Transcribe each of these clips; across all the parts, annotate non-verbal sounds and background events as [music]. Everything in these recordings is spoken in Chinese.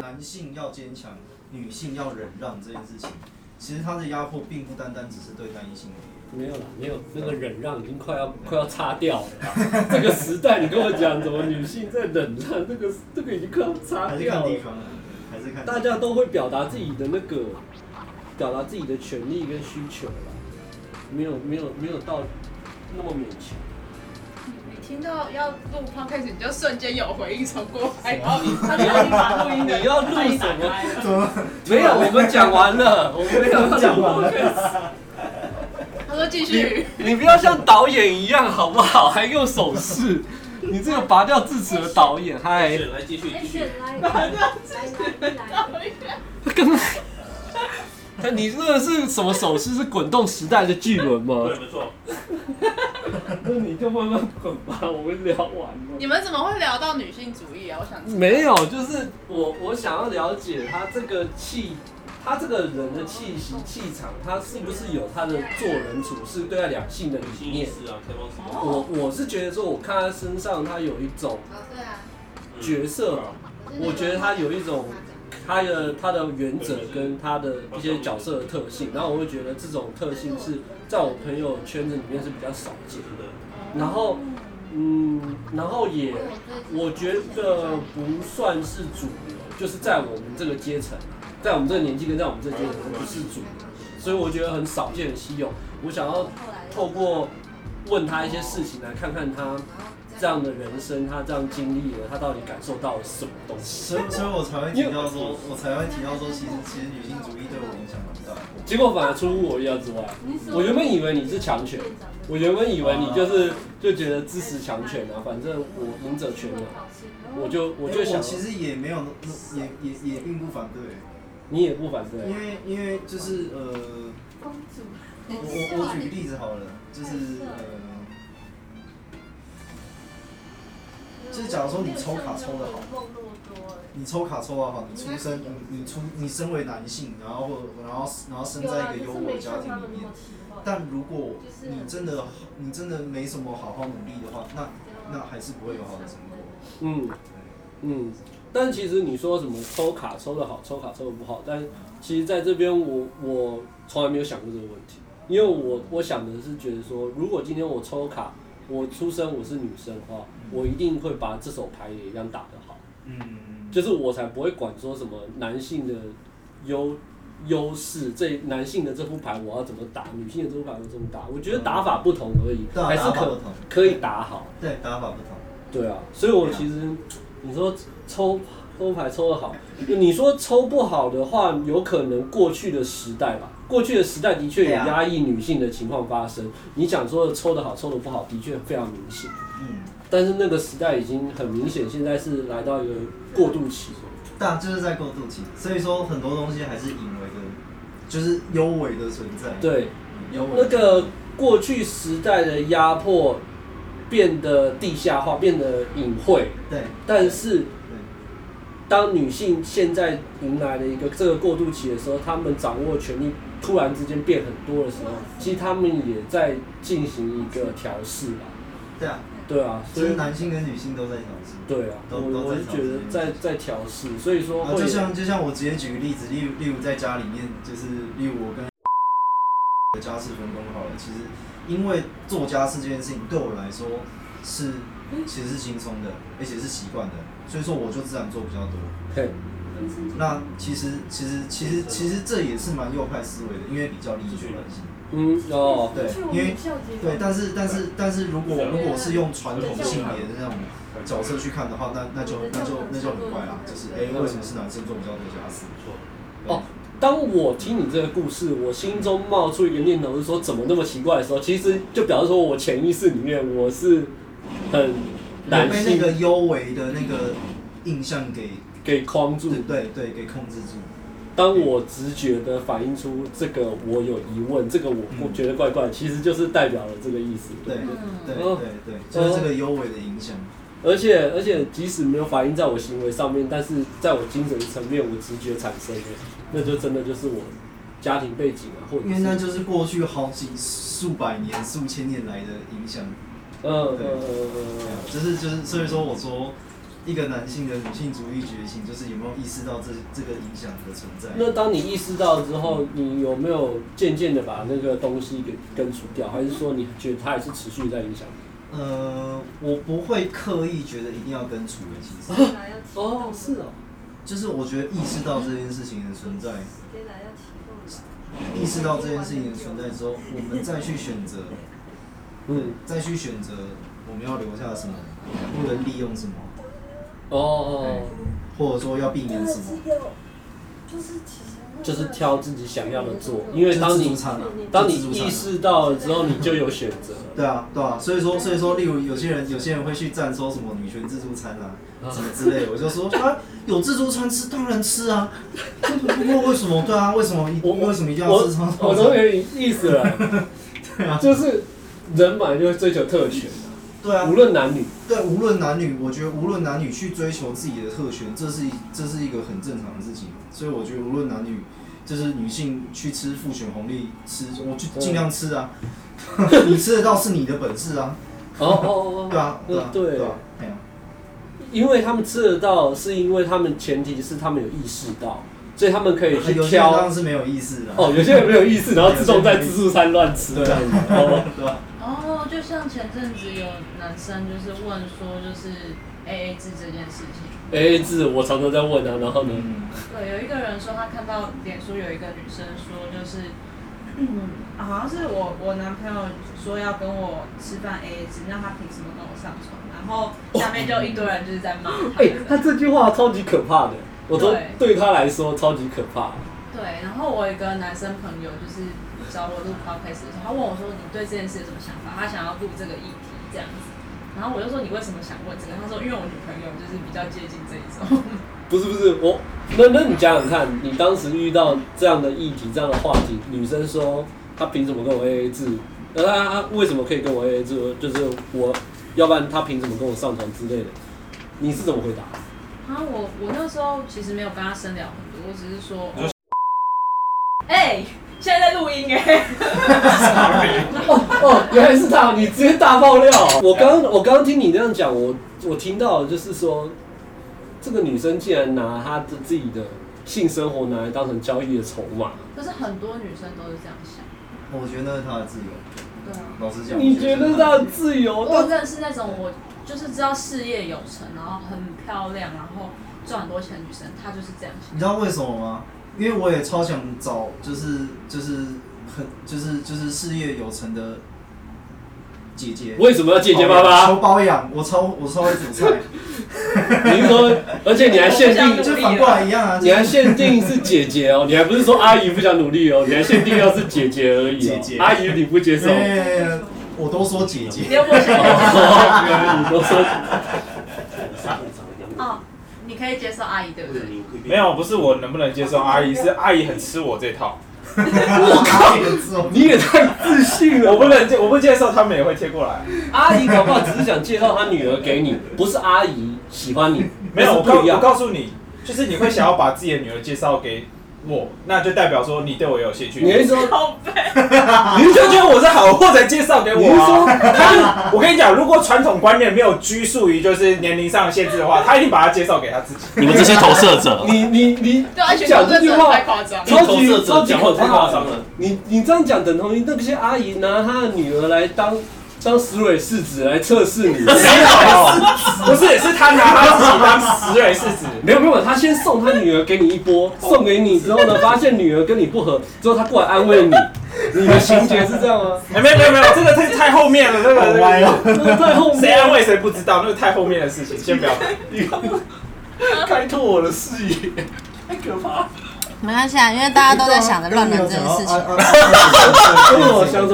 男性要坚强，女性要忍让这件事情，其实他的压迫并不单单只是对单一性别。没有啦，没有，那个忍让已经快要快要擦掉了啦。 [laughs] 这个时代，你跟我讲什么女性在忍让，这个这个已经快要擦还是看掉了地。方啊，还是看大家都会表达自己的那个，表达自己的权利跟需求啦，没有没有没有到那么勉 [laughs] 强。你听到要录 podcast，你就瞬间有回应冲过来，然后他就让你把录音的你要录按一什么打开了怎么没有，我们讲 [laughs] 完了，我们没有要讲完了。他说继续你。你不要像导演一样好不好？还用手势，你这个拔掉智齿的导演，嗨，是来继续继续。来来来来，刚刚。那你这个是什么手势？是滚动时代的巨轮吗？对，没错。那你就慢慢滚吧，我们聊完了。你们怎么会聊到女性主义啊？我想知道没有，就是我我想要了解他这个气，他这个人的气息、气场，他是不是有他的做人处事、对待两性的理新意念？识啊，开放思考。我我是觉得说，我看他身上他有一种哦对啊，嗯角色，我觉得他有一种他的他的原则跟他的一些角色的特性，然后我会觉得这种特性是在我朋友圈子里面是比较少见是。的，然后，嗯，然后也我我觉觉得得不算是主流，就是在我们这个阶层，在我们这个年纪跟在我们这个阶层都不是主流，所以我觉得很少见、很稀有。我想要透过问他一些事情，来看看他这样的人生，他这样经历了，他到底感受到了什么东西。所以，所以我才会提到说，我才会提到说，其实其实女性主义对我影响蛮大的。结果反而出乎我意料之外。我原本以为你是强权，我原本以为你就是就觉得支持强权啊，反正我赢者全啊，我就我就因为想我，其实也没有，也也也并不反对，你也不反对因。为因为就是呃，公主，我我我举例子好了，就是呃。就是假如说你抽卡抽得好，你抽卡抽啊，好，你出生，你你出你身为男性，然后或然后然后生在一个优渥的家庭里面，但如果你真的你真的没什么好好努力的话，那那还是不会有好的成果。嗯嗯，但其实你说什么抽卡抽的好，抽卡抽的不好，但其实在这边我我从来没有想过这个问题，因为我我想的是觉得说，如果今天我抽卡，我出生我是女生的话，我一定会把这手牌也一样打得好，嗯，就是我才不会管说什么男性的优。优势，这男性的这副牌我要怎么打，女性的这副牌我怎么打？我觉得打法不同而已，对啊还是打法不可同可以打好。对，打法不同。对啊，所以我其实你说抽抽牌抽的好，你说抽不好的话，有可能过去的时代吧，过去的时代的确有对啊压抑女性的情况发生。你讲说抽的好，抽的不好，的确非常明显。嗯，但是那个时代已经很明显，现在是来到一个过渡期。但就是在过渡期，所以说很多东西还是隐微的，就是优微的存在。，嗯对，优微那个过去时代的压迫变得地下化，变得隐晦，对但是对。当女性现在迎来了一个这个过渡期的时候，她们掌握权力突然之间变很多的时候，其实她们也在进行一个调试吧。对啊，对啊，其所以实男性跟女性都在尝试。对啊，都我都我在是觉得在在调试，所以说啊，会就像就像我直接举个例子，例如例如在家里面，就是例如我跟的家事分工好了，其实因为做家事这件事情对我来说是其实是轻松的，而且是习惯的，所以说我就自然做比较多。嘿，那其实其实其实其实这也是蛮右派思维的，因为比较利益关系。嗯哦，对，因为对，但是但是但是如果如果是用传统性别的那种角色去看的话，那那就那就那就很怪啦，就是哎、为什么是男生做比较多家事？没错。对哦当我听你这个故事，我心中冒出一个念头是说怎么那么奇怪的时候，其实就表示说我潜意识里面我是很有男被那个性幽微的那个印象给给框住。对对给控制住，当我直觉的反映出这个我有疑问，这个我嗯觉得怪怪，其实就是代表了这个意思。对嗯对哦对对，就是这个幽微的影响。而且而且即使没有反映在我行为上面，但是在我精神层面，我直觉产生的，那就真的就是我家庭背景啊，或者因为那是就是过去好几数百年、数千年来的影响，嗯嗯对啊嗯嗯就是就是，所以说我说一个男性的女性主义觉醒，就是有没有意识到这这个影响的存在？那当你意识到之后，你有没有渐渐的把那个东西给根除掉，还是说你觉得它也是持续在影响你？呃，我不会刻意觉得一定要跟除了，其实谁来要提动的？啊哦，就是我觉得意识到这件事情的存在，谁来要提动的？意识到这件事情的存在之后，我们再去选择，嗯，再去选择我们要留下什么，不能利用什么，哦哦，或者说要避免什么，就是其实就是挑自己想要的做，因为当就是自你助餐啊，当你就是自助餐啊意识到了之后，你就有选择了。对啊，对啊，所以说，所以说，例如有些人，有些人会去赞说什么女权自助餐啊，什么之类的，我就说啊，有自助餐吃当然吃啊，不过为什么？对啊，为什么一我为什么一定要我吃自 [laughs] 我助都餐？有点意思了， [laughs] 对啊，就是人本来就会追求特权，对啊无，论男女，对，无论男女，我觉得无论男女去追求自己的特权，这是一这是一个很正常的事情，所以我觉得无论男女，就是女性去吃父权红利，吃我就尽量吃啊， [laughs] 你吃得到是你的本事啊，哦哦对哦啊，对啊，嗯对啊，哎呀，哦，因为他们吃得到，是因为他们前提是他们有意识到，所以他们可以去有些人当挑然。是没有意思的啊，哦，有些人没有意识，然后自动在自助餐乱吃啊这样子。哦， [laughs] 对啊吧？哦，就像前阵子有男生就是问说，就是 A A 制这件事情。 A A 制，哎我常常在问啊，然后呢，嗯，对，有一个人说他看到脸书有一个女生说，就是，嗯，好像是我我男朋友说要跟我吃饭 A A 制，那他凭什么跟我上床？然后下面就一堆人就是在骂他。哎、他这句话超级可怕的，我都对他来说超级可怕。对，然后我有一个男生朋友，就是找我录 podcast 的时候，他问我说：“你对这件事有什么想法？”他想要录这个议题这样子，然后我就说：“你为什么想问这个？”他说：“因为我女朋友就是比较接近这一种。不是不是，我那那你想想看，你当时遇到这样的议题、这样的话题，女生说她凭什么跟我 A A 制？那她她为什么可以跟我 A A 制？就是我，要不然她凭什么跟我上床之类的？你是怎么回答？”然后啊我我那时候其实没有跟他深聊很多，我只是说：“哦哎、现在在录音哎、 [laughs] 哦哦，原来是他，你直接大爆料。我刚我刚刚听你这样讲，我我听到的就是说，这个女生竟然拿她的自己的性生活拿来当成交易的筹码，就是很多女生都是这样想。我觉得那是他的自由。对啊，老实讲，你觉得她的自由？我但认识那种我就是知道事业有成，然后很漂亮，然后赚很多钱的女生，她就是这样想。你知道为什么吗？因为我也超想找，就是就是很就是就是事业有成的姐姐，为什么要姐姐妈妈求？包养，我超我超会煮菜，你是说，而且你还限 [laughs] 定，就反过来一样啊，你还就是限定是姐姐哦，你还不是说阿姨不想努力哦，你还限定要是姐姐而已、哦。姐姐阿姨你不接受，哎哎哎哎我都说姐姐，连我想要 [laughs] 哦 [laughs] 你都说 [laughs] 哦，你可以接受阿姨对不对？没有，不是我能不能接受阿姨，是阿姨很吃我这套。我靠，你也太自信了我吧。不能接，我不接受，他们也会贴过来。阿姨搞不好只是想介绍她女儿给你，不是阿姨喜欢你，没有，那我是告不一我样。告诉你，就是你会想要把自己的女儿介绍给我，那就代表说你对我有兴趣。你是说， [laughs] 你是觉得啊我是好货才介绍给你我是啊？说，他，我跟你讲，如果传统观念没有拘束于就是年龄上的限制的话，他一定把他介绍给他自己。你们这些投射者，你你你对，啊而且讲讲这这句句话话太夸张了。超投级射超者级讲可话太夸怕张了。你你这样讲等同于那些阿姨拿她的女儿来当当石蕊试纸来测试 [laughs] 你。没有，不是，是他拿他自己当石蕊试纸。没有没有，他先送他女儿给你一波，送给你之后呢，发现女儿跟你不合，之后他过来安慰你，你的情节是这样 [laughs] 吗？ [laughs] 哎，没有没有没有，这个太太后面了，这个好这歪个哦。那太后谁面安慰谁不知道，那个太后面的事情，先不要。 [laughs] 开拓我的视野，太可怕了。没关系啊，因为大家都在想着乱伦这件事情。想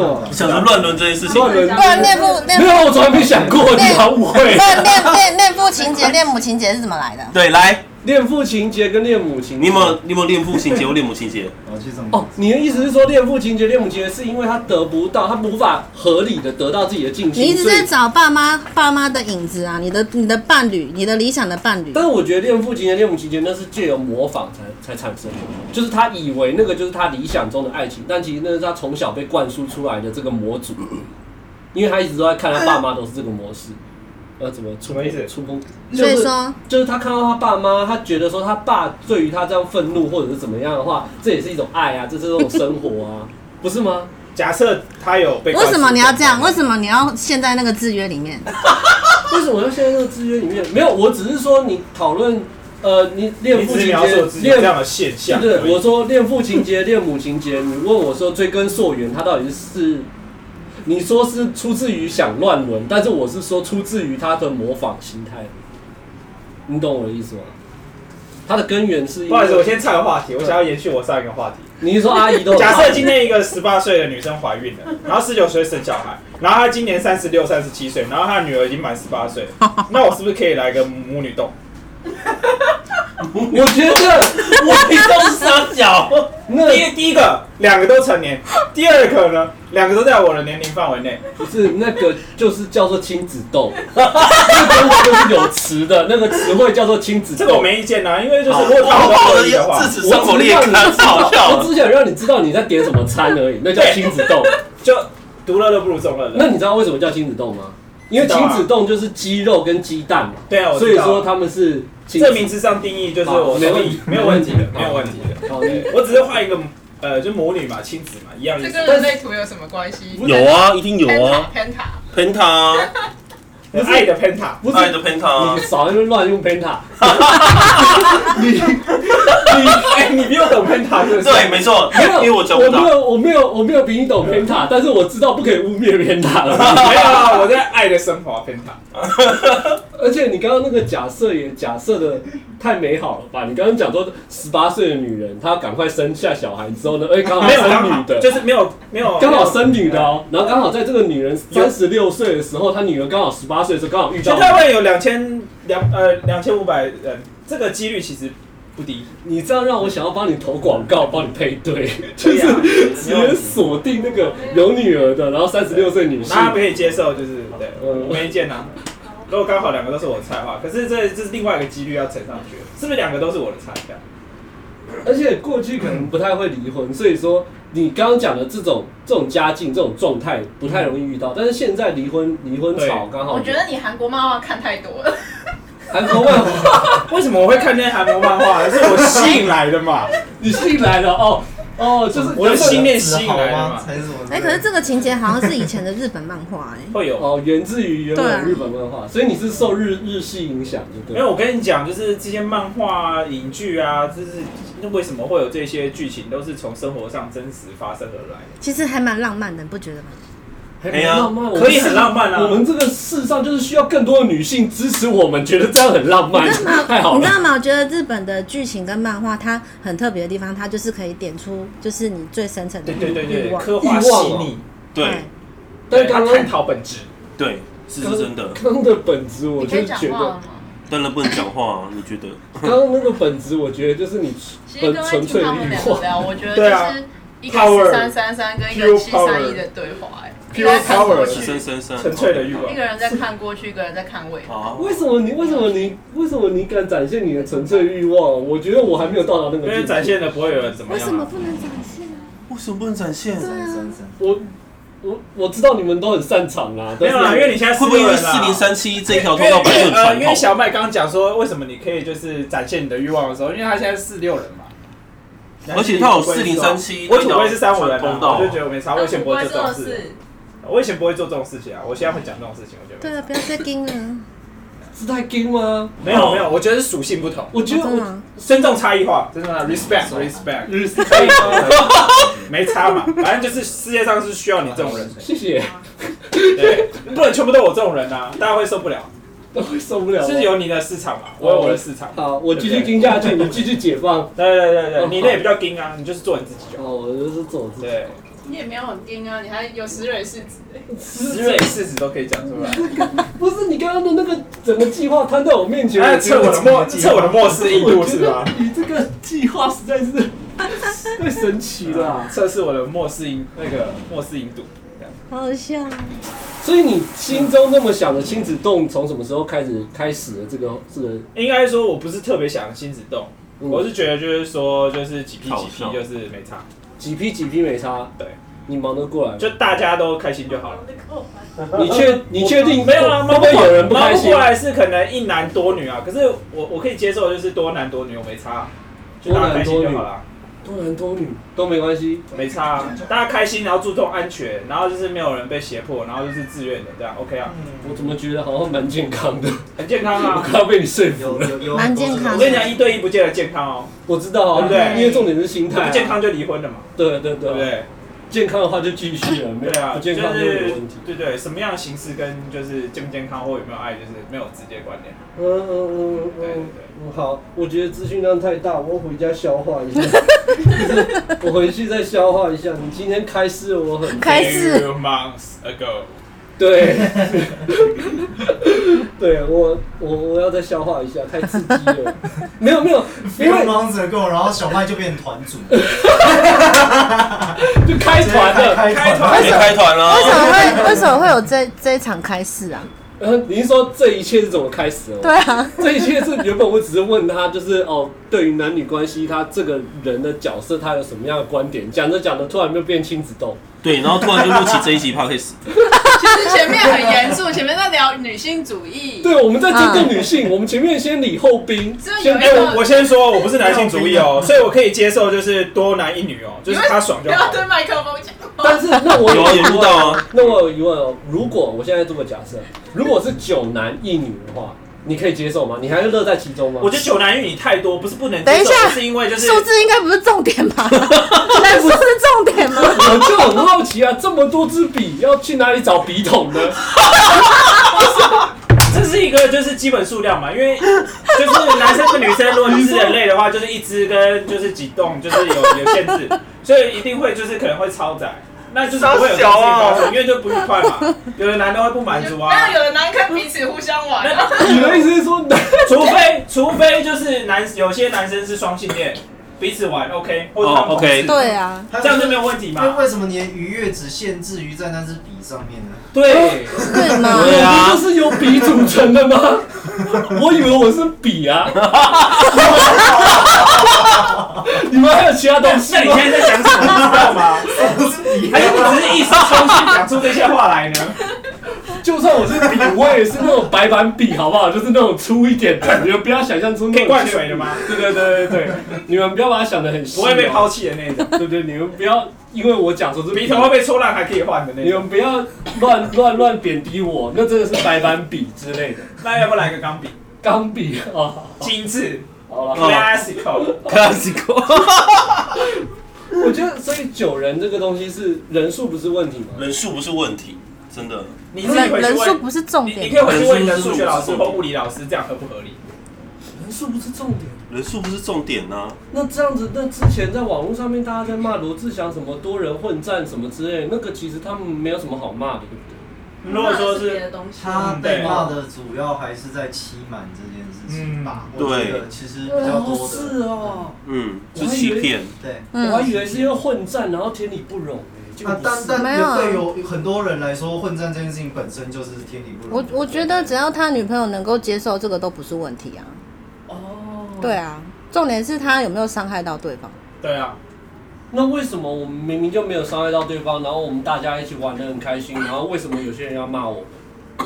着乱伦这件事情，乱伦，不然恋父恋没有，我从来没想过，你好误会。恋恋恋恋父情节、恋母情节是怎么来的？对，来， [laughs] 恋父情节跟恋母情节，你有没有你有没有恋父情节或恋母情节？我去上哦，你的意思是说恋父情节、恋母情节是因为他得不到，他无法合理的得到自己的进你行，一直所以在找爸妈爸妈的影子啊，你的你的伴侣，你的理想的伴侣。但是我觉得恋父情节、恋母情节那是借由模仿才才产生的，就是他以为那个就是他理想中的爱情，但其实那是他从小被灌输出来的这个模组，因为他一直都在看他爸妈都是这个模式，要怎么触什么意思碰触碰？所以说，就是他看到他爸妈，他觉得说他爸对于他这样愤怒或者是怎么样的话，这也是一种爱啊，这是一种生活啊， [laughs] 不是吗？假设他有被为什么你要这样？为么什么你要陷在那个制约里面？为什么要陷在这个制约里面？没有，我只是说你讨论，呃，你恋你父只是情描述节，自己有这恋样的现象？对对，我说恋父情节、恋母情节，你问我说追根溯源，它到底是？你说是出自于想乱伦，但是我是说出自于他的模仿心态，你懂我的意思吗？它的根源是因为不好意思，我先岔个话题，我想要延续我上一个话题。你是说阿哦姨都有假设今天一个十八岁的女生怀孕了，然后十九岁生小孩，然后她今年三十六、三十七岁，然后她的女儿已经满十八岁，那我是不是可以来个母女 [laughs] 洞？我觉 [laughs] 得我你都是傻脚，那第一第一个，两个都成年；第二个呢，两个都在我的年龄范围内。不是那个，就是叫做亲子斗， [laughs] 那个东西就是有词的，那个词汇叫做亲子这个我斗。没意见啊，因为就是如我果他们把我都的可以的话自，己 [laughs] 生活裂开，知道好笑我只想让你知道你在点什么餐而已，那叫亲子 [laughs] 斗。就独乐乐不如众乐那乐。你知道为什么叫亲子斗吗？因为知道亲啊子斗就是鸡肉跟鸡蛋嘛，对啊，我所知以道啊说他们是亲子这名。字上定义就是好我没同问意题，没有问题的，好没有问题的。好的我只是画一个呃，就母女嘛，亲子嘛，一样意这思。跟人类图有什么关系？有啊，一定有啊，Penta， ，Penta，啊不是爱的 penta，不是爱的 Penta，啊你少在那边乱用 [laughs] penta， [laughs] 你哎，你没有懂 penta 是不是？对，没错，因为我找不我没到，有，我没有，我没有比你懂 penta，但是我知道不可以污蔑 penta 了。 [laughs] 没有啊，我在爱的升华 penta。而且你刚刚那个假设也假设的太美好了吧？你刚刚讲说十八岁的女人，她要赶快生下小孩之后呢，哎、刚好没有刚生好女的，就是没有没有刚好生女的哦、然后刚好在这个女人三十六岁的时候，她女儿刚好十八岁的时候，刚好遇全到台湾有两千两呃两千五百人，这个几率其实不低。你，这样让我想要帮你投广告，帮你配对，就是对啊直接锁定那个有女儿的，然后三十六岁女性大。家可以接受，就是对，嗯我没意见呐、如果刚好两个都是我的菜的话，可是这这是另外一个几率要乘上去，是不是两个都是我的菜？这样而且过去可能不太会离婚，所以说你刚刚讲的这种这种家境这种状态不太容易遇到，但是现在离婚离婚潮刚好有，我觉得你韩国漫画看太多了，韩国漫画。为什么我会看那些韩国漫画？是我吸引来的嘛，你进来了哦哦，就是我的心念只吸引好来的吗？嘛，还是什么之类的？哎、可是这个情节好像是以前的日本漫画哎、 [laughs] 会有。哦，源自于原本对的啊日本漫画，所以你是受日日系影响，对不因对为？我跟你讲，就是这些漫画、啊、影剧啊，就是为什么会有这些剧情，都是从生活上真实发生而来的。其实还蛮浪漫的，你不觉得吗？还哎蛮呀浪漫，我们啊可以很浪漫啊我们这个世上就是需要更多的女性支持我们，觉得这样很浪漫 [laughs] 你知道，太好吗？你知了。道吗？我觉得日本的剧情跟漫画，它很特别的地方，它就是可以点出就是你最深层的对欲对对对，欲望。哎刻画细腻，对哦嗯但是刚它刚探讨本质。对，是是真的。刚刚的本质，我你就可是以讲觉话哦了得吗？当然不能讲话、啊，你觉得？ [laughs] 刚刚那个本质，我觉得就是你其实很刚刚纯听粹的他们欲两个望。聊，我觉得对啊就是一个 Power 四三三三跟一个七三一的对话，哎，一个 Pure 人在看过 power 十去，三三嗯三，纯粹的欲望一个人在看过去，一个人在看未来。好啊为什么你为什么你为什么你敢展现你的纯粹欲望？我觉得我还没有到达那个境因为界。展现的不会有人怎么为样、什啊。么不能展现？啊为什么不能展现？对啊，我我我知道你们都很擅长啦，没但是有啦，因为你现在会不会因为四零零？三七这一条因通道本来就为很呃，传因为统？小麦刚刚讲说，为什么你可以就是展现你的欲望的时候，因为他现在四六人嘛，而且他有4037我土龟是三五人、通啊，道我就觉得我没差，我以前不会做这种事，是，我以前不会做这种事情啊，我现在会讲这种事情，我觉得对啊，不要再盯了。是太啊 gay 吗？没有没有，我觉得是属性不同，我觉得真的啊我吗尊重差异化，真的啊 respect respect，日式可以吗？没差嘛， [laughs] 反正就是世界上是需要你这种人，谢谢，对，不能全部都我这种人啊，大家会受不了，都会受不了啊。是有你的市场嘛，我有我的市场，好，我继续盯下去，你继续解放。对对对对，你那也比较硬啊，你就是做你自己就好，哦，我就是走自己。对。你也没有很硬啊，你还有石蕊是指十蕊四十都可以讲出来，不是你刚刚的那个整个计划摊在我面前，那觉哎测得我的末测我的末世硬度是吧？你这个计划实在是太神奇了啊。测试我的末世硬那个末世硬度，好好笑啊。所以你心中那么想的亲子洞，从什么时候开始开始的？这个这个，应该说我不是特别想亲子洞，嗯我是觉得就是说就是几批好几批笑就是没差，几批几批没差。对，你忙得过来吗？就大家都开心就好了。你确你确定呃没有啊？会忙不会有人不忙开不心过？来是可能一男多女啊，可是我我可以接受，就是多男多女，我没差啊，就大家开心就好了，多男多女都没关系，没差啊，大家开心，然后注重安全，然后就是没有人被胁迫，然后就是自愿的这样，OK 啊，我怎么觉得好像蛮健康的？ [laughs] 很健康我啊。快要被你说服有了。有有，蛮健康我跟你讲，一对一不见得健康哦，我知道啊，对不对因为重点是心态啊、不健康就离婚了嘛，对对对对不对，对？健康的话就继续了，没对啊，不就健是康就没有问题。对对，什么样的形式跟就是健不健康或有没有爱，就是没有直接关联。嗯嗯嗯嗯对对嗯嗯，好，我觉得资讯量太大，我回家消化一下，我回去再消化一下。你今天开示我很开始 Few months ago，对，对我我我要再消化一下，太刺激了。没有没有，因因为为忙着够，然后小麦就变团主，就开团了。开开团团，也开团啊了为什么会为什么会有这这一场开市 [laughs] 啊？呃，您说这一切是怎么开始的吗？对啊，这一切是原本我只是问他，就是哦，对于男女关系，他这个人的角色，他有什么样的观点？讲着讲着，突然就变亲子斗。对，然后突然就录起这一集 podcast，其实前面很严肃，前面在聊女性主义，对，我们在尊重女性，我们前面先礼后兵，这有先一哎、个我我先说，我不是男性主 [laughs] 义哦，所以我可以接受就是多男一女哦，就是他爽 [laughs] 不就好要对了。麦克风讲话。但是那我有啊，有录到啊。啊，那我有疑问哦，如果我现在这么假设，如果是九男一女的话，你可以接受吗？你还是乐在其中吗？我觉得九男一女太多，不是不能接受，等一下是因为就是数字应该不是重点 [laughs] 吧？人数是重点吗？我就很好奇啊，这么多支笔要去哪里找笔筒 [laughs] 呢？这是一个就是基本数量嘛，因 [laughs] 为就是男生跟女生，如果你是人类的话，就是一只跟就是几栋，就是有有限制，所以一定会就是可能会超载，那就是不会有超小啊发生，因为就不愉快嘛。有的男的会不满 [laughs] 足啊没，有，有的男跟彼此互相玩啊，你的意思是说，除非除非就是男有些男生是双性恋，彼此玩 OK，或者他们哦同事，OK 对啊，这样就没有问题嘛。那为什么你的愉悦只限制于在那支笔上面呢？对，对吗？对啊我不就是由笔组成 [laughs] 的吗？我以为我是笔啊， [laughs] 你们 [laughs] 还有其他东西那你吗？现在在讲什么？你知道吗？还 [laughs] 是你只是一时冲动讲出这些话来呢？ [laughs] 就算我是笔，我也是那种白板笔，好不好？就是那种粗一点 [laughs] 的，你们不要想象出那可以种灌水的吗？对对对对对，你们不要把它想的很细、啊不会被。抛弃的那 [laughs] 种，对对，你们不要因为我讲说是笔头会被戳烂还可以换的那你种。们不要乱 [laughs] 乱乱贬低我，那真的是白板笔之类的，那要不来个钢笔？钢笔啊。精致好了， ，classical。 ，classical，我觉得所以九人这个东西是人数不是问题嘛？人数不是问题，真的。你自己人回去人数问，不是重你你点可以回去问你的数学老师或物理老师，这样合不合理？人数不是重点。人数不是重点呐、啊，那这样子，那之前在网络上面大家在骂罗志祥什么多人混战什么之类，那个其实他们没有什么好骂的，对不对？如果说别是的东西，他嗯被骂的主要还是在欺瞒这件事情吧，嗯我觉得其实比较多的，是啊哦，嗯，我是还以欺为骗，对。我还嗯，以为是因为混战，然后天理不容、欸，就啊，但但没有啊对有很多人来说，混战这件事情本身就是天理不容。我我觉得只要他女朋友能够接受，这个都不是问题啊。哦，对啊，重点是他有没有伤害到对方。对啊，那为什么我们明明就没有伤害到对方，然后我们大家一起玩的很开心，然后为什么有些人要骂我？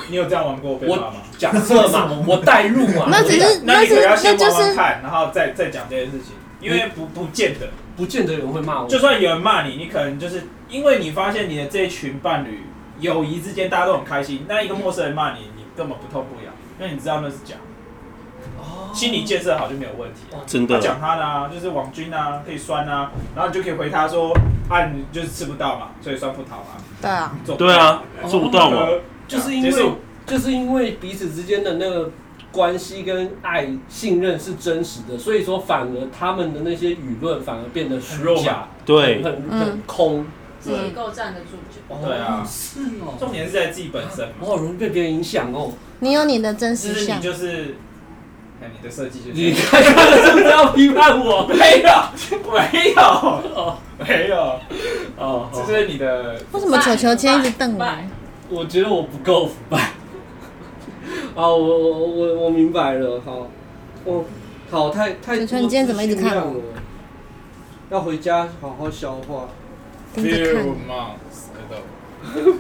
你有这样玩过被骂我吗？假设 [laughs] 嘛，我代入嘛，那只是那你可能要那先就玩玩是看，然后再再讲这件事情，因为不不见得，不见得有人会骂我。就算有人骂你，你可能就是因为你发现你的这一群伴侣友谊之间大家都很开心，那一个陌生人骂你，你根本不痛不痒，因为你知道那是假的。哦心理建设好就没有问题。真他的。讲他的啊，就是网军啊，可以酸啊，然后你就可以回他说，啊，你就是吃不到嘛，所以酸葡萄嘛，对啊，做不到对啊，做不到嘛。呃就是因结为束就是因为彼此之间的那个关系跟爱信任是真实的，所以说反而他们的那些舆论反而变得虚很肉假麻，对，很很嗯空。自己够站得住脚。哦对啊是哦，重点是在自己本身我嘛，好容易被别人影响 [laughs] 哦。你有你的真就实是你相，就是，哎，你的设计就你是看看是不是要批判我？没有没有哦没有，哦，这好就是你的，为什么球球今天一直瞪我？我觉得我不够腐败。啊，我我我我明白了，好，哦，好，太太多晨晨你今天怎么一直看资我讯量了要回家好好消化。盯着看。嘛，知道。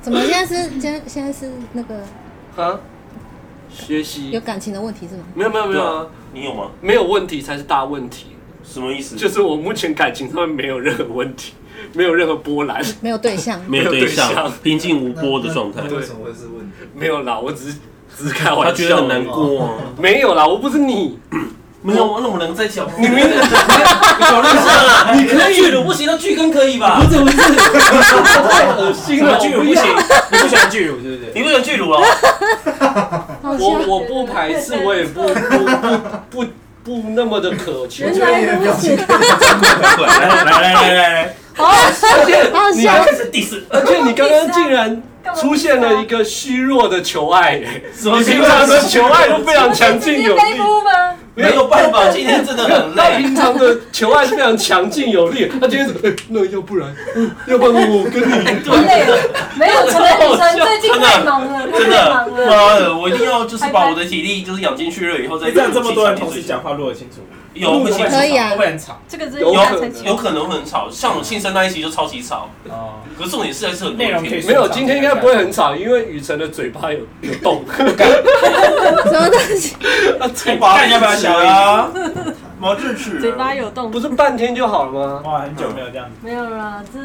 怎么现在是现在现在是那个啊，学有习感情的问题是吗？没有没有没有啊，你有吗？没有问题才是大问题。什么意思？就是我目前感情上面没有任何问题，没有任何波澜，没有对象，没有对没有对象，象平静无波的状态那。那为什么会是问题？没有啦，我只是只是开玩笑，他觉得很难。过啊。没有啦，我不是你，没有啊，那我们两个在一起好不好？你明明搞乱了，你可以巨乳不行，那巨根可以吧？怎么 [laughs] 是？太恶心了，巨乳我不要行，你不喜欢巨乳是不是？你不喜欢巨乳啊？好我像我不排斥，我也不不不不不那么的渴求，原来如此，来来来来来来，而且 [laughs] 好你笑开始 diss，而且你刚刚竟然出现了一个虚弱的求爱、欸，你平常的求爱都非常强劲有力，飞夫吗？没有办法，今天真的很他累。平常的求爱是非常强劲有 [laughs] 力，他今天是、欸、那要不然，嗯要不然我跟你好累了，没有成人女生最近太忙了，太真的，忙了。妈的！我一定要就是把我的体力就是养精蓄锐，以后再你这样这么多人同时讲话录得清楚吗，有不行，可以啊会不会很吵？这个真有的可才能有可能会很吵。像我庆生那一期就超级吵，哦，可是重点是还是很多内人容可听以。 [laughs] 没有，今天应该不会很吵，因为雨辰的嘴巴有有 [laughs] 洞，什么东西？他嘴巴看要不要小啊？毛智齿，嘴巴有动不，是半天就好了吗？哇，很久没有这样子，没有啦，这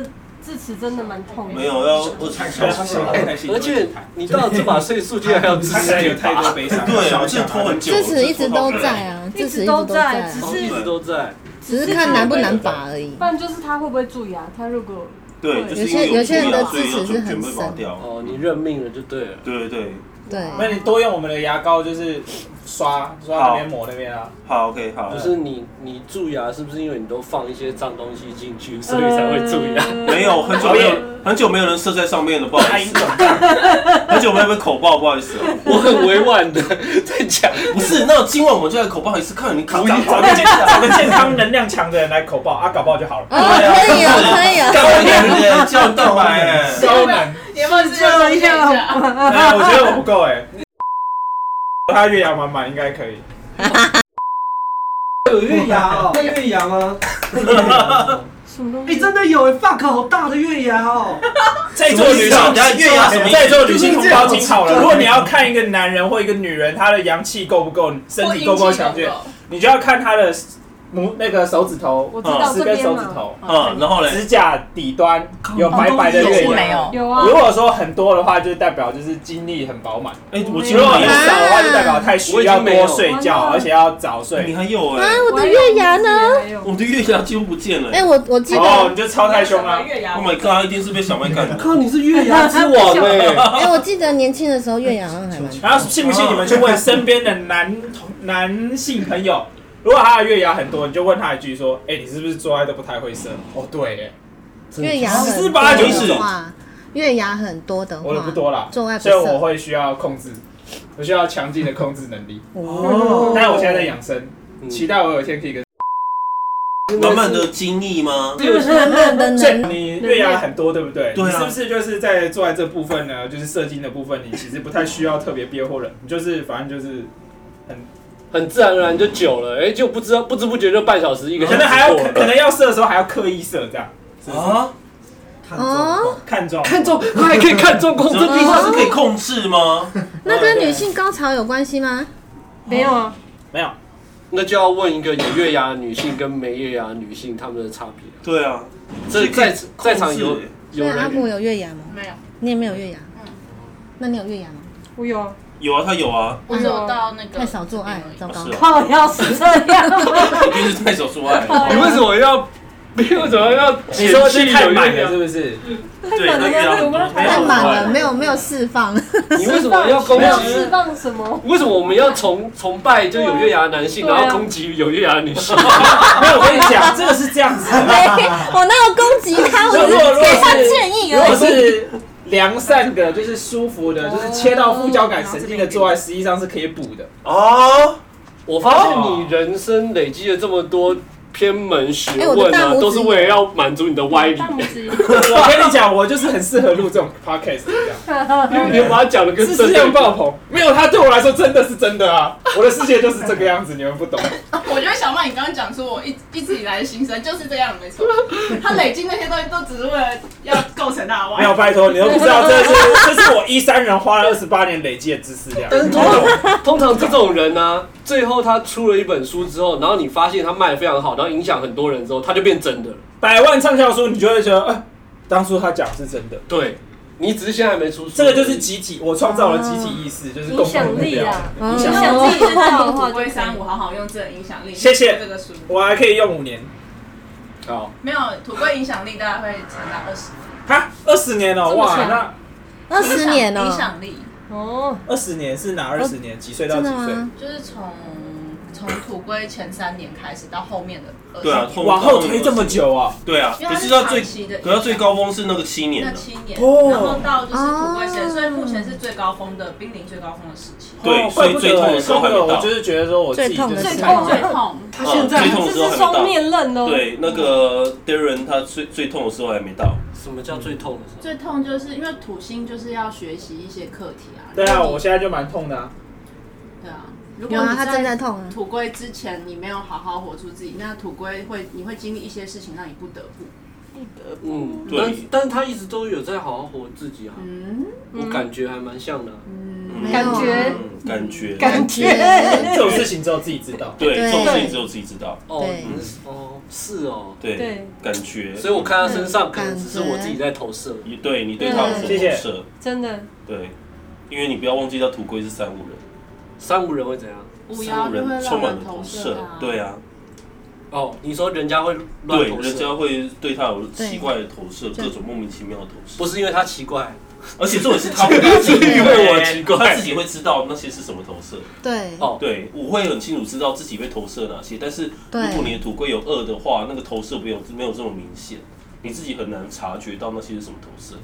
智齿真的蛮痛的。没有要我太对他现在太心而且你到这把岁数，竟然还要支 [laughs] 他现在有持，太多悲伤，对啊，我真的拖很久，智齿一直都在啊。啊，一智齿直一直都都在在，啊只，一直是都在。只是看难不难拔而已不。然就是他会不会蛀牙，他如果对，就是因为哦有些有有些人的所以智齿是就很全部拔掉。哦，你认命了就对了。对对对，对，那你多用我们的牙膏，就是刷刷那边抹那边啊。好 OK 好不，是你，你蛀牙是不是因为你都放一些脏东西进去，所以才会蛀牙？ [laughs] 没有很久没有很久没有人射在上面了，不好意思，很久没有被口爆，不好意思哦。我很委婉的 [laughs] 在讲，不是，那今晚我们就来口爆一次，看你找口个长找个健找个健康能量强的人来口爆啊，搞爆就好 [laughs] 了。哦，可以啊，可以啊，高能的胶原蛋白哎，高能，也不是这一下，哎我觉得我不够哎。他月牙满满应该可以，有月牙哦，会月牙吗？什么东哎，西？真的有哎，fuck，好大的月牙哦， [laughs] [laughs] 在座女性，哎等下月牙什么意思在座女性同胞听好了，如果你要看一个男人或一个女人，他的阳气够不够，身体够不够强健，你就要看他的拇那个手指头，我知道十这根边手指嘛，头，嗯，然后嘞，指甲底端有白白的月是牙。没有，有啊如，果说很多的话，就是代表就是精力很饱满；哎，我如今果晚很有少啊，的话，就代表太虚，要多睡觉，而且要早你睡。还有哎啊，，我的月牙呢？还我有？们的月牙几乎不见了哎，。我我记哦，得，你就超太凶了。月牙 Oh my god，他一定是被小麦 [laughs] 干的。靠，你是月牙之王 [laughs] 哎！哎，我记得年轻的时候月牙好像 [laughs] 还蛮。然后信不信你们去问身边的男同男性朋 [laughs] 友，如果他的月牙很多，你就问他一句说：“哎，你是不是做爱都不太会射？”哦，对，嗯月牙十很八多九十的话，月牙很多的哎，话，我的不多啦，做爱不所以我射。会需要控制，我需要强劲的控制能力。哦但是我现在在养生，嗯期待我有一天可以跟。满满的精力吗？慢慢的所以能，你月牙很多，对不对？对啊你是不是就是在做在这部分呢？就是射精的部分，你其实不太需要特别憋或忍，你就是反正就是，很自然而然就久了，哎，就不知道不知不觉就半小时一个小可时能还要过可了。能要射的时候还要刻意射，这样啊，看状况。看中看中他还可以看中公这这地地方 [laughs] 方，是可以控制吗？ [laughs] 那跟女性高潮有关系吗？没有啊，没有？那就要问一个有月牙的女性跟没月牙的女性她们的差别。对啊，这在在场有控制有对啊，阿人姆有月牙吗？没有，你也没有月牙。那你有月牙吗？我有啊，有啊，他有啊， [laughs] 我只有到那个太少做爱，糟糕是。啊，靠，要是这样，一定是太少做爱了。你为什么要？ [laughs] 你为什么要？你说是太满了是不是？对，他月牙很多，没有太做满了，爱没有没有释放。 [laughs] 你为什么要攻没有释击？放什么？为什么我们要崇崇拜就有月牙的男性，对啊然后攻击有月牙的女 [laughs] 性？ [laughs] 没有，我跟你讲，这个是这样子的。 [laughs] 没，我哪有攻击他，我只如果如是果给是他建议如而果已。是良善的，就是舒服的，就是切到副交感神经的做爱，实际上是可以补的。哦， [laughs] 我发现你人生累积了这么多偏门学哎我的问大拇啊，指都是为了要满足你的歪理。大拇指，我跟你讲，我就是很适合录这种 podcast 这 [laughs] 样。你把它讲的跟是真这的样爆棚，没有他对我来说真的是真的啊！我的世界就是这个样子，你们不懂。 [laughs] 我就会想到你刚刚讲说，我一一直以来的心声就是这样，没 [laughs] 错。他累积那些东西都只是为了要构成他的没外有，拜托，你都不知道，这是这是我一三人花了二十八年累积的知识量。 [laughs] 但是通常通常这种人呢、最后他出了一本书之后，然后你发现他卖的非常好，然后影响很多人之后，他就变真的了。百万畅销书，你就会觉得，哎、当初他讲是真的。对，你只是现在还没出书而已，这个就是集体，我创造了集体意识，就是影共同响目力标。啊，嗯影你响想自力己很大的的话土就可龟三以五，好好用这个影响力。谢谢这个书我还可以用五年，好，没有土龟影响力，大概会长达二十。哈，二十年了、这么哇，长那二十年哦、影响力哦，二十年是哪二十年？几岁到真几的岁？吗？就是从从土龟前三年开始到后面的二对啊十，年，后往后推这么久啊？对啊，因为可它是到长最，期的影响，可是最高峰是那个七年那的，七年，哦然后到就是土龟哦神，所以目前是最高峰的，濒临最高峰的时期。对哦所怪不以得最痛的时候还没怪不得到我就是觉得说我自己呃最痛的就时是候痛最痛，他现在啊最痛这的时是候还没到双面刃哦，对，那个 Darren 他最最痛的时候还没到，什么叫最痛的时候？最痛就是因为土星就是要学习一些课题啊。对如啊，果你我现在就蛮痛的啊。对啊，如果有啊，你他正在痛啊。土龟之前你没有好好活出自己，那土龟会你会经历一些事情让你不得不。嗯，对但但是他一直都有在好好活自己啊，嗯我感觉还蛮像的啊、嗯，嗯没有啊感觉嗯，感觉，感觉这种事情只有自己知道。对，对这种事情只有自己知道，哦对，你是哦，是哦，对对，感觉，所以我看他身上可能感只是我自己在投射。你对你对他有所对投射，真的对，因为你不要忘记他土龟是三五人，三无人会怎样？五三爻五就会人让充满人了投投射射啊，，对啊，哦，你说人家会乱对，投人射，家会对他有对奇怪的投射，对各种莫名其妙的投射，不是因为他奇怪，而且这种是他不他自己 [laughs] 因为我奇他怪自己会知道那些是什么投射。对哦对，我会很清楚知道自己被投射哪些，但是对如果你的土龟有恶的话，那个投射没有没有这么明显，你自己很难察觉到那些是什么投射。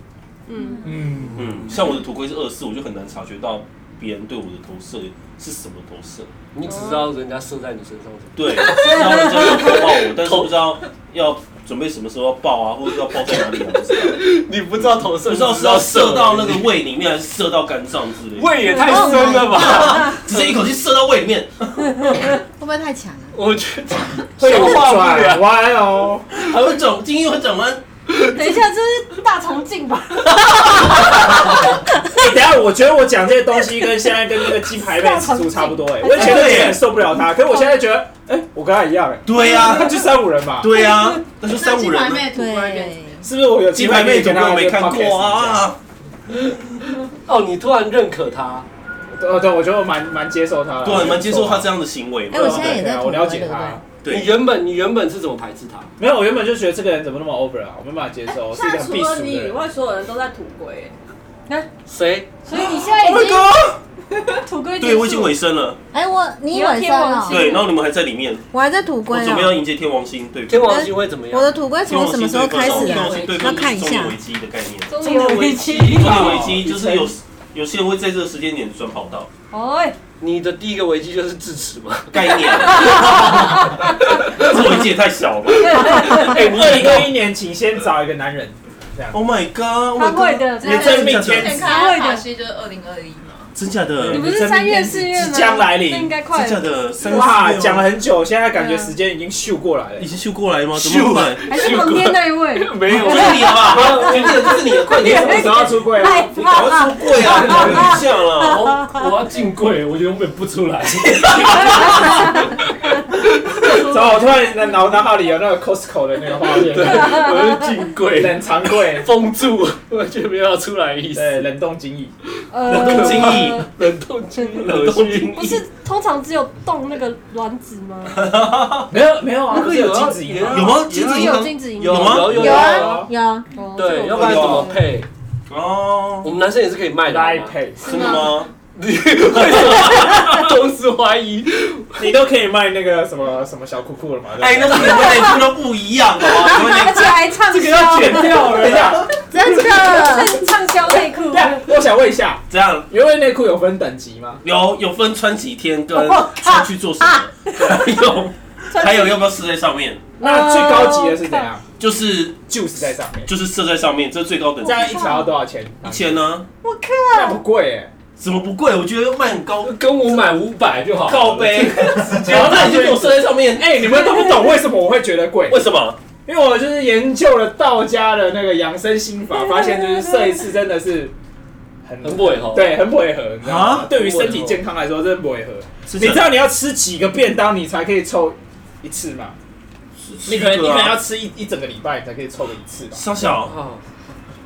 嗯，嗯，像我的土龟是二四，我就很难察觉到别人对我的投射是什么投射。你只知道人家射在你 [laughs] 身上怎么对，知道人家要投报我，但是不知道要准备什么时候要报啊，或者要报在哪里啊，不知道。样，你不知道投射不知道是要射到那个胃里面，还是射到肝脏之嗯类的。 [laughs] 胃也太哦深了吧？直接一口气射到胃里面。会不会太强啊？我觉得 [laughs] 会有消化不转良弯哦。还会转，精英会转弯。等一下，这是大肠镜吧？欸等一下，我觉得我讲这些东西跟现在跟那个鸡排妹吃出差不多哎、我以前都有点受不了她，可是我现在觉得，哎、我跟她一样哎、对啊呀、她就三五人嘛，对呀、那就三那五金人牌啊。妹土龟变怎么样是不是？我有鸡机会排可妹以总跟共她没看过！啊，哦，你突然认可他，哦对对，我觉得我蛮蛮接受她的，对，啊你们接受啊他这样的行为哎，我吗？现在也在对啊土我龟，了解对不对她。你对，原本你原本是怎么排斥他？没有，我原本就觉得这个人怎么那么 over 啊，我没办法接受，我是现一在个很除避了暑你的以人。外，所有人都在土龟，谁？所以你现在已经土龟结束，Oh 对我已经尾声了，哎，我你你要晚贴上网了线，对，然后你们还在里面，我还在土我龟准备要哦。迎接天王星，对，天王星会怎么样我？的土龟天从王什星么时候开始对啊方是？对要方是看一中下年危机的概念，中年危机。中年危机就是有有些人会在这个时间点转跑道，哎，你的第一个危机就是智齿嘛？ [laughs] [laughs] 概念，这危机也太小 [laughs] 了吧 [laughs] 哎，二零二一年，请先找一个男人， ，Oh my god，他会，的，你真命天之前子，看阿卡西就是二零二一嘛，真假的你，不你真是命三月天子四月吗？即将来临那应该快真假了，的，三十哇，六讲了很久，现在感觉时间已经秀过来了已。经秀过来吗？怎么办？还是旁边那一位？没有这是你的吧？这是你的，快你点什！么时候要出柜啊？害赶快怕出柜啊！你等一下了，我我要进柜，我永远不出 [laughs] 来。怎么我突然脑脑海里有那个 Costco 的那个画面？啊我就进柜，冷藏 [laughs] 柜，封住，我就没有要出来的意思。对，冷冻精益。呃冷冻精益冷冻精英，冷冻冻精精不是通常只有动那个卵子吗？没有没有啊，那不个是 [laughs] 有有金子银啊吗？有吗？金子只银有行精子银有有吗哦有有有有。啊有，哦对，这要个不然怎么配？我哦，们男生也是可以卖的。好来吗配，真的吗？你为什么同时怀疑？你都可以卖那个什么什么小裤裤了嘛？对不对哎，那个年代真的不一样 [laughs] 好吗？你们而且还畅这个要销，剪掉了。等一啊下，真的畅销内等裤一。下，我想问一下，这样原味内裤有分等级吗？有有分穿几天跟穿去做什么？还有还有要不要射在上面？那最高级的是怎样？就是就是在上面，就是射在上面，这是最高等这级。样一条要多少钱？一千呢？那不贵哎。啊怎么不贵？我觉得卖很高，跟我买五百就好。靠背，然 [laughs] 然后后那那你你就就给给我我设在上面， [laughs] 哎、你们都不懂为什么我会觉得贵，为什么？因为我就是研究了道家的那个养生心法，发现就是射一次真的是很很不哈。，对，很不违和，你知道吗啊？对于身体健康来说，真的不违和。你你知道你要吃几个便当，你才可以凑一次吗？你可能你可能要吃一一啊整个礼拜，你才可以凑个一次吧。小小，啊，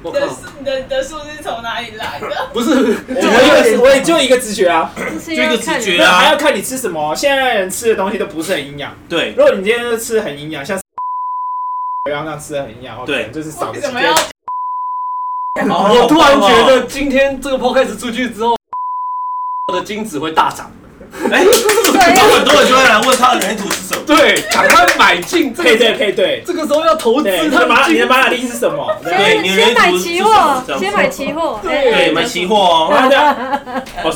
我你的靠，数你的你的数是从哪里来的？不是，我一个我也就一个直觉啊，就是就一要个看直你觉那还啊要，看你吃什么。现在人吃的东西都不是很营养。对，如果你今天就吃很营养，像 [laughs] 不要那样吃的很营养，哦对可能就是少为时什么间要。哦我突然觉得今天这个 podcast 出去之后，我的精子会大涨。哎，有很多人就会来问他的原图是什么，对，赶快买进这配对个，配对，这个时候要投资对，你他的马们你的进。马雅历是什么？对对先你的先买原图是期什货么这，样先子买期货，哎对，买期货哦，然后这啊样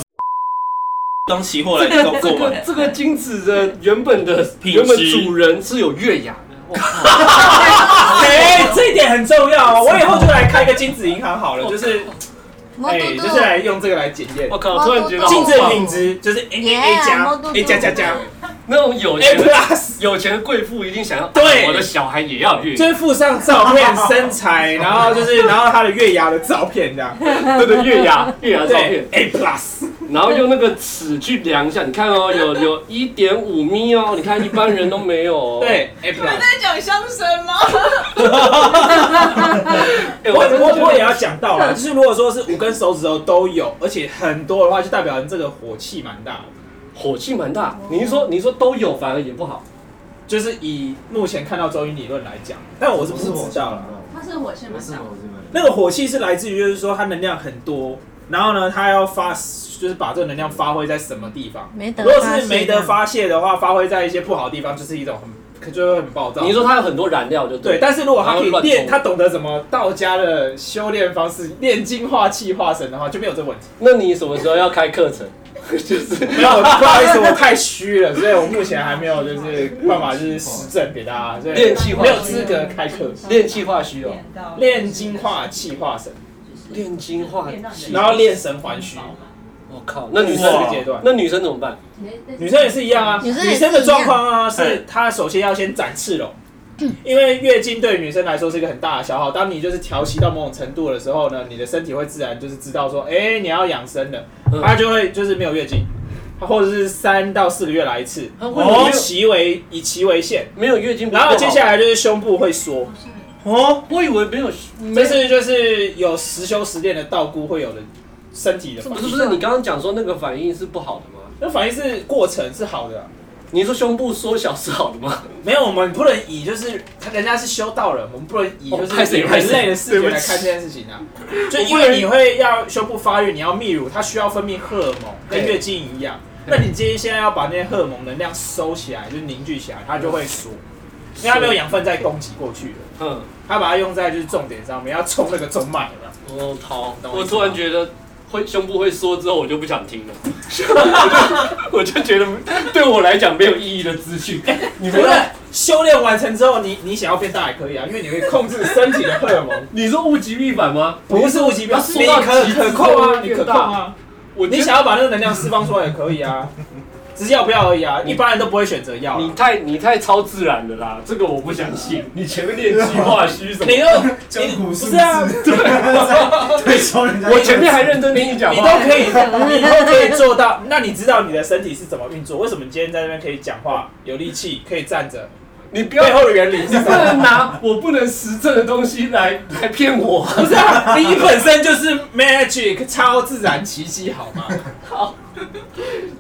当期货来购购这个买，这个精子的原本的品质原本主人是有月牙的，哎，这一点很重要哦。我以后就来开一个精子银行好了，就是魔哎，都就是都，来用这个来检验我靠！突然觉得精好子棒品质，就是 A A A Yeah，加毛肚 A 加加加那种有 A 钱的 plus，有钱的贵妇一定想要，哎啊对我的小孩也要月就牙。是附上照片、身材，然后就是然后他的月牙的照片这样，对对，月牙月牙照片 [laughs] 对，A plus，然后用那个尺去量一下，你看哦，有有一点五米哦，你看一般人都没有、哦。， [laughs] 对哎 A 你们 plus。在讲相声吗？ [laughs] 哎、我我真的我觉我也得要讲到 [laughs] 了，就是如果说是五根手指头都有，而且很多的话，就代表你这个火气蛮大的。火气蛮大。你是说你是说都有，反而也不好。就是以目前看到周云理论来讲，但我是啊不知道了。他是火线不蛮是大，我这边。那个火气是来自于，就是说它能量很多，然后呢，它要发，就是把这个能量发挥在什么地方。没得如发果现，是没啊得发泄的话，发挥在一些不好的地方，就是一种很，就会很暴躁。你说它有很多燃料就对，对。但是如果他可以然后乱冲练，他懂得怎么道家的修炼方式，炼精化气化神的话，就没有这个问题。那你什么时候要开课程？就是没有，不好意思，我太虚了，所以我目前还没有就是办法就是实证给大家，所以练气化没有资格开课。练气化虚哦，点到炼精化气化神，炼精化气。然后练神还虚，我靠，那女这个生哇阶段。那女生怎么办？女生也是一样啊，女生也是一样的状况啊，是哎嗯她首先要先展翅膀，嗯因为月经对女生来说是一个很大的消耗。当你就是调息到某种程度的时候呢，你的身体会自然就是知道说，哎、你要养生了，嗯她就会就是没有月经，或者是三到四个月来一次，她会有以期为以期为限。没有月经不是哦然哦不好，后接下来就是胸部会缩，哦，我以为没有，这是就是有实修实练的道姑会有的身体的是反不应。是不是？你刚刚讲说那个反应是不好的吗？那反应是过程是好的啊、你说胸部缩小是好的 [laughs] 吗？没有，我们不能以就是人家是修道人，我们不能以就哦拍是谁拍人谁类的视觉来看这件事情啊。就因为你会要胸部发育，你要泌乳，它需要分泌荷尔蒙，跟对月经一样。对那你今天现在要把那些荷尔蒙能量收起来，就凝聚起来，它就会缩，因为它没有养分再供给过去了。嗯，它把它用在就是重点上面，要冲那个中脉了。我操！懂我我意思吗突然觉得会胸部会缩之后，我就不想听了， [laughs] 我就我就觉得对我来讲没有意义的资 [laughs] 讯。你不是修炼完成之后，你你想要变大也可以啊，因为你可以控制身体的荷尔 [laughs] 蒙，你说物极必反吗？不是物极它必缩到反，极你致可可控之后啊，会你可变控大啊。我你觉得想要把那个能量释放出来也可 [laughs] 以啊，只是要不要而已啊。一般人都不会选择要啊。你太你太超自然了啦，这个我不相信。你前面练计划虚什么？ [laughs] 你又 [laughs] 江湖不术是啊，士，对，推销人家。我前面还认真听你讲你话。都可以，你都可以做到。那你知道你的身体是怎么运作？为什么你今天在那边可以讲话、有力气、可以站着？你不要背，后的原理是你什不么？能拿我不能实证的东西来来骗我。不是啊，你本身就是 magic 超自然奇迹，好吗？ [laughs] 好，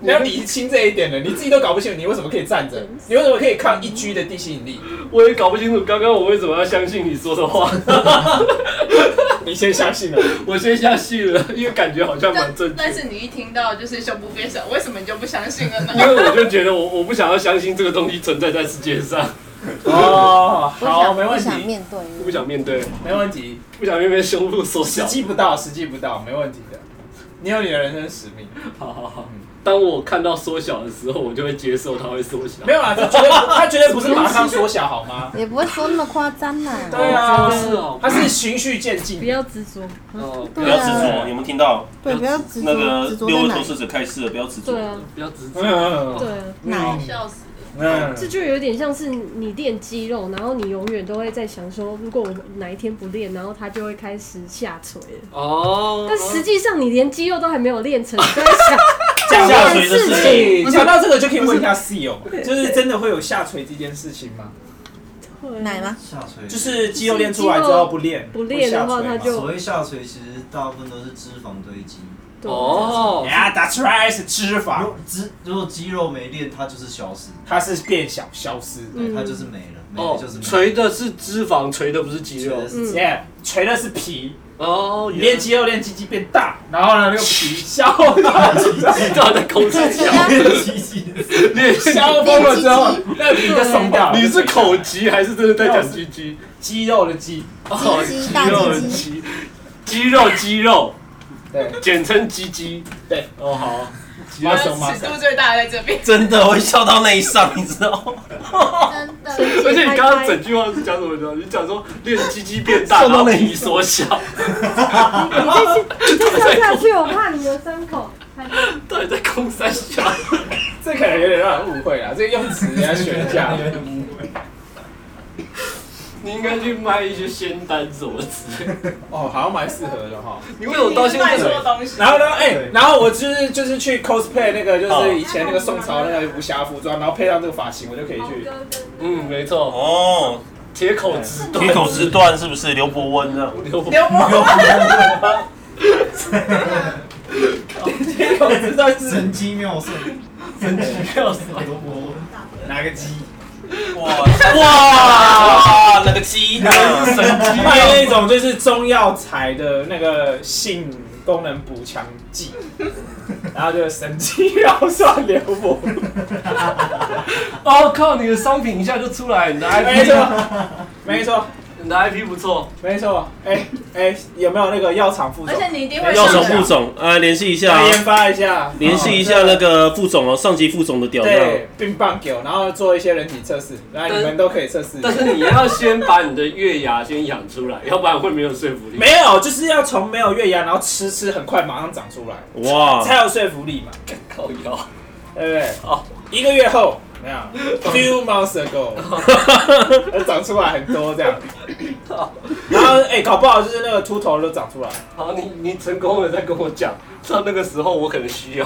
你要理清这一点了。你自己都搞不清楚，你为什么可以站着？你为什么可以抗一 G 的地吸引力？我也搞不清楚刚刚我为什么要相信你说的话。 [laughs] 你先相信了。我先下戏了，因为感觉好像蛮但正确但的。是你一听到就是胸部变小，为什么你就不相信了呢？因为我就觉得我我不想要相信这个东西存在在世界上， [laughs] 哦，不想好，没问不想题，面对，我不想面对，没问题。不想面对胸部缩时小。 [laughs] 机不到，时机不到，没问题的。你有你的人生使命。好好好，当我看到缩小的时候，我就会接受它会缩小。没有啦，啊这绝对 [laughs] 不他绝对不是马上缩小好吗？也不会说那么夸张啦。对啊，是哦他是循序渐进不。要执着，哦，不对要执啊着，你们听到对，不要执那着，个执着六在位哪投？资者开示了，不要执着。对啊，不要执着。嗯对啊，[laughs] 哪？笑死嗯这就有点像是你练肌肉，然后你永远都会在想说，如果我哪一天不练，然后它就会开始下垂了。哦，但实际上你连肌肉都还没有练成，你就在想，讲下下垂垂的的事事情，情，讲到这个就可以问一下室友，就是真的会有下垂这件事情吗？对啊奶吗？下垂就是肌肉练出来之后不练，不练的会下话垂吗它就所谓下垂，其实大部分都是脂肪堆积。对啊，哦，呀，That's right 是脂如肪果，脂如果肌肉没练，它就是消失，它是变小消失的。对，它就是没了，没了哦就是，没了。垂的是脂肪，垂的不是肌肉垂。的是嗯，耶，垂的是皮，哦，你练肌肌肉练鸡鸡变大，然后呢那个皮消了，肉在空中这笑。样练消风了之后，那个皮就松掉 [laughs] 了。你是口急还是真的在讲鸡鸡？肌肉的肌，哦，鸡鸡大肌肉的鸡鸡，鸡，肌肉肌肉，对简称鸡鸡。对，哦，好，肌肉松嘛了，。尺度最大的在这边，真的会笑到内伤，你知道吗？真的。而且你刚刚整句话是讲什么呢？你讲说练鸡鸡变 [laughs] 大，笑然到后那一皮缩小，你再笑下去，我怕你的伤口。到底在空三小？这可能有点让人误会啦，啊这个用词你要学 [laughs] 一下。你应该去卖一些仙丹什么之类的。哦，好像蛮适合的哈。你为什么到现卖在？错东西， [laughs] 然后呢，哎、对然后我就是就是去 cosplay 那个，就是以前那个宋朝那个武侠服装，然后配上这个发型，我就可以去。哦 [laughs] 嗯，没错，哦，铁口直断。铁口直断是不是？刘伯温呢？刘伯刘伯铁口直断是神机妙算，跳什么？罗伯哪个鸡？哇哇，那个鸡呢？神鸡机 [laughs] 卖啊！那种就是中药材的那个性功能补强 [laughs] 剂，然后就神机妙算刘 [laughs] 伯。哦靠！你的商品一下就出来，你的没 IP，错，没错，你的 IP 不错。没错。哎、哎、有没有那个药厂副而总且？你一定会要上手的副总，呃，联系一下来啊研，发一下，联系一下那个副总哦，上级副总的屌样。对，并棒球，然后做一些人体测试，来但你们都可以测试一下。但是你要先把你的月牙先养出来， [laughs] 要不然会没有说服力。没有，就是要从没有月牙，然后吃吃，很快马上长出来，才哇，有说服力嘛，靠腰，对不对？哦哦，一个月后，没啊有，few months [laughs] ago，长出来很多这样好。然后，哎、搞不好就是那个秃头都长出来。好，你你成功了再跟我讲，到那个时候我可能需 [laughs] 要。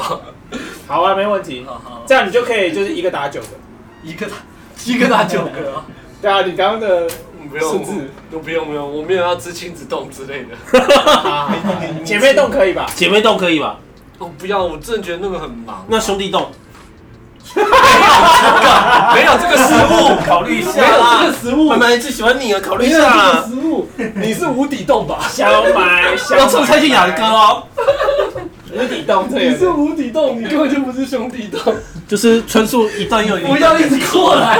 好啊，没问题。好好，这样你就可以就是一个打九个。一个打一个打九个 [laughs] 啊，对啊，你刚刚的不用数字，都不用不用，我没有要吃亲子冻之 [laughs] 类的。嗯姐妹洞可以吧？姐妹洞可以吧？我哦不要，我真的觉得那个很忙，那兄弟洞， [laughs] 没有这个食物， [laughs] 考虑一没有这个啦。 [laughs] 食物本，来就喜欢你啊，考虑一没有下这个啦。食物，你是无底洞吧？小买，小要冲蔡健雅的歌哦，无底洞这你是个。无底洞，你根本就不是兄弟洞。就是穿梭一段又一 [laughs] 不段。要一直过来，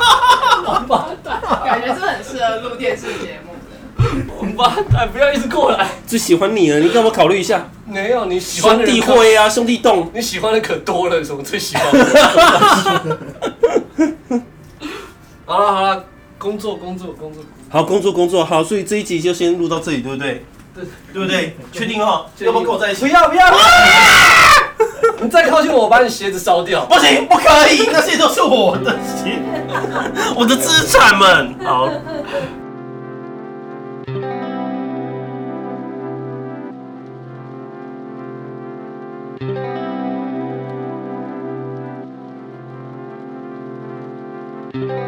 [laughs] 王八蛋，感觉是很适合录电视节目的。王八蛋，哎不要一直过来。最喜欢你了，你干嘛考虑一下？没有，你喜欢的兄人弟可，会啊，兄弟洞。你喜欢的可多了，什么最喜欢 [laughs] 的？好了好了，工作工作工作，好，工作工作好，所以这一集就先录到这里，对不对？对对不对？确定哦，确定要不要跟我在一起？不要不要，你再靠近我，我把你鞋子烧掉。不行，不可以，那些都是我的钱， [laughs] 我的资产们。好。啊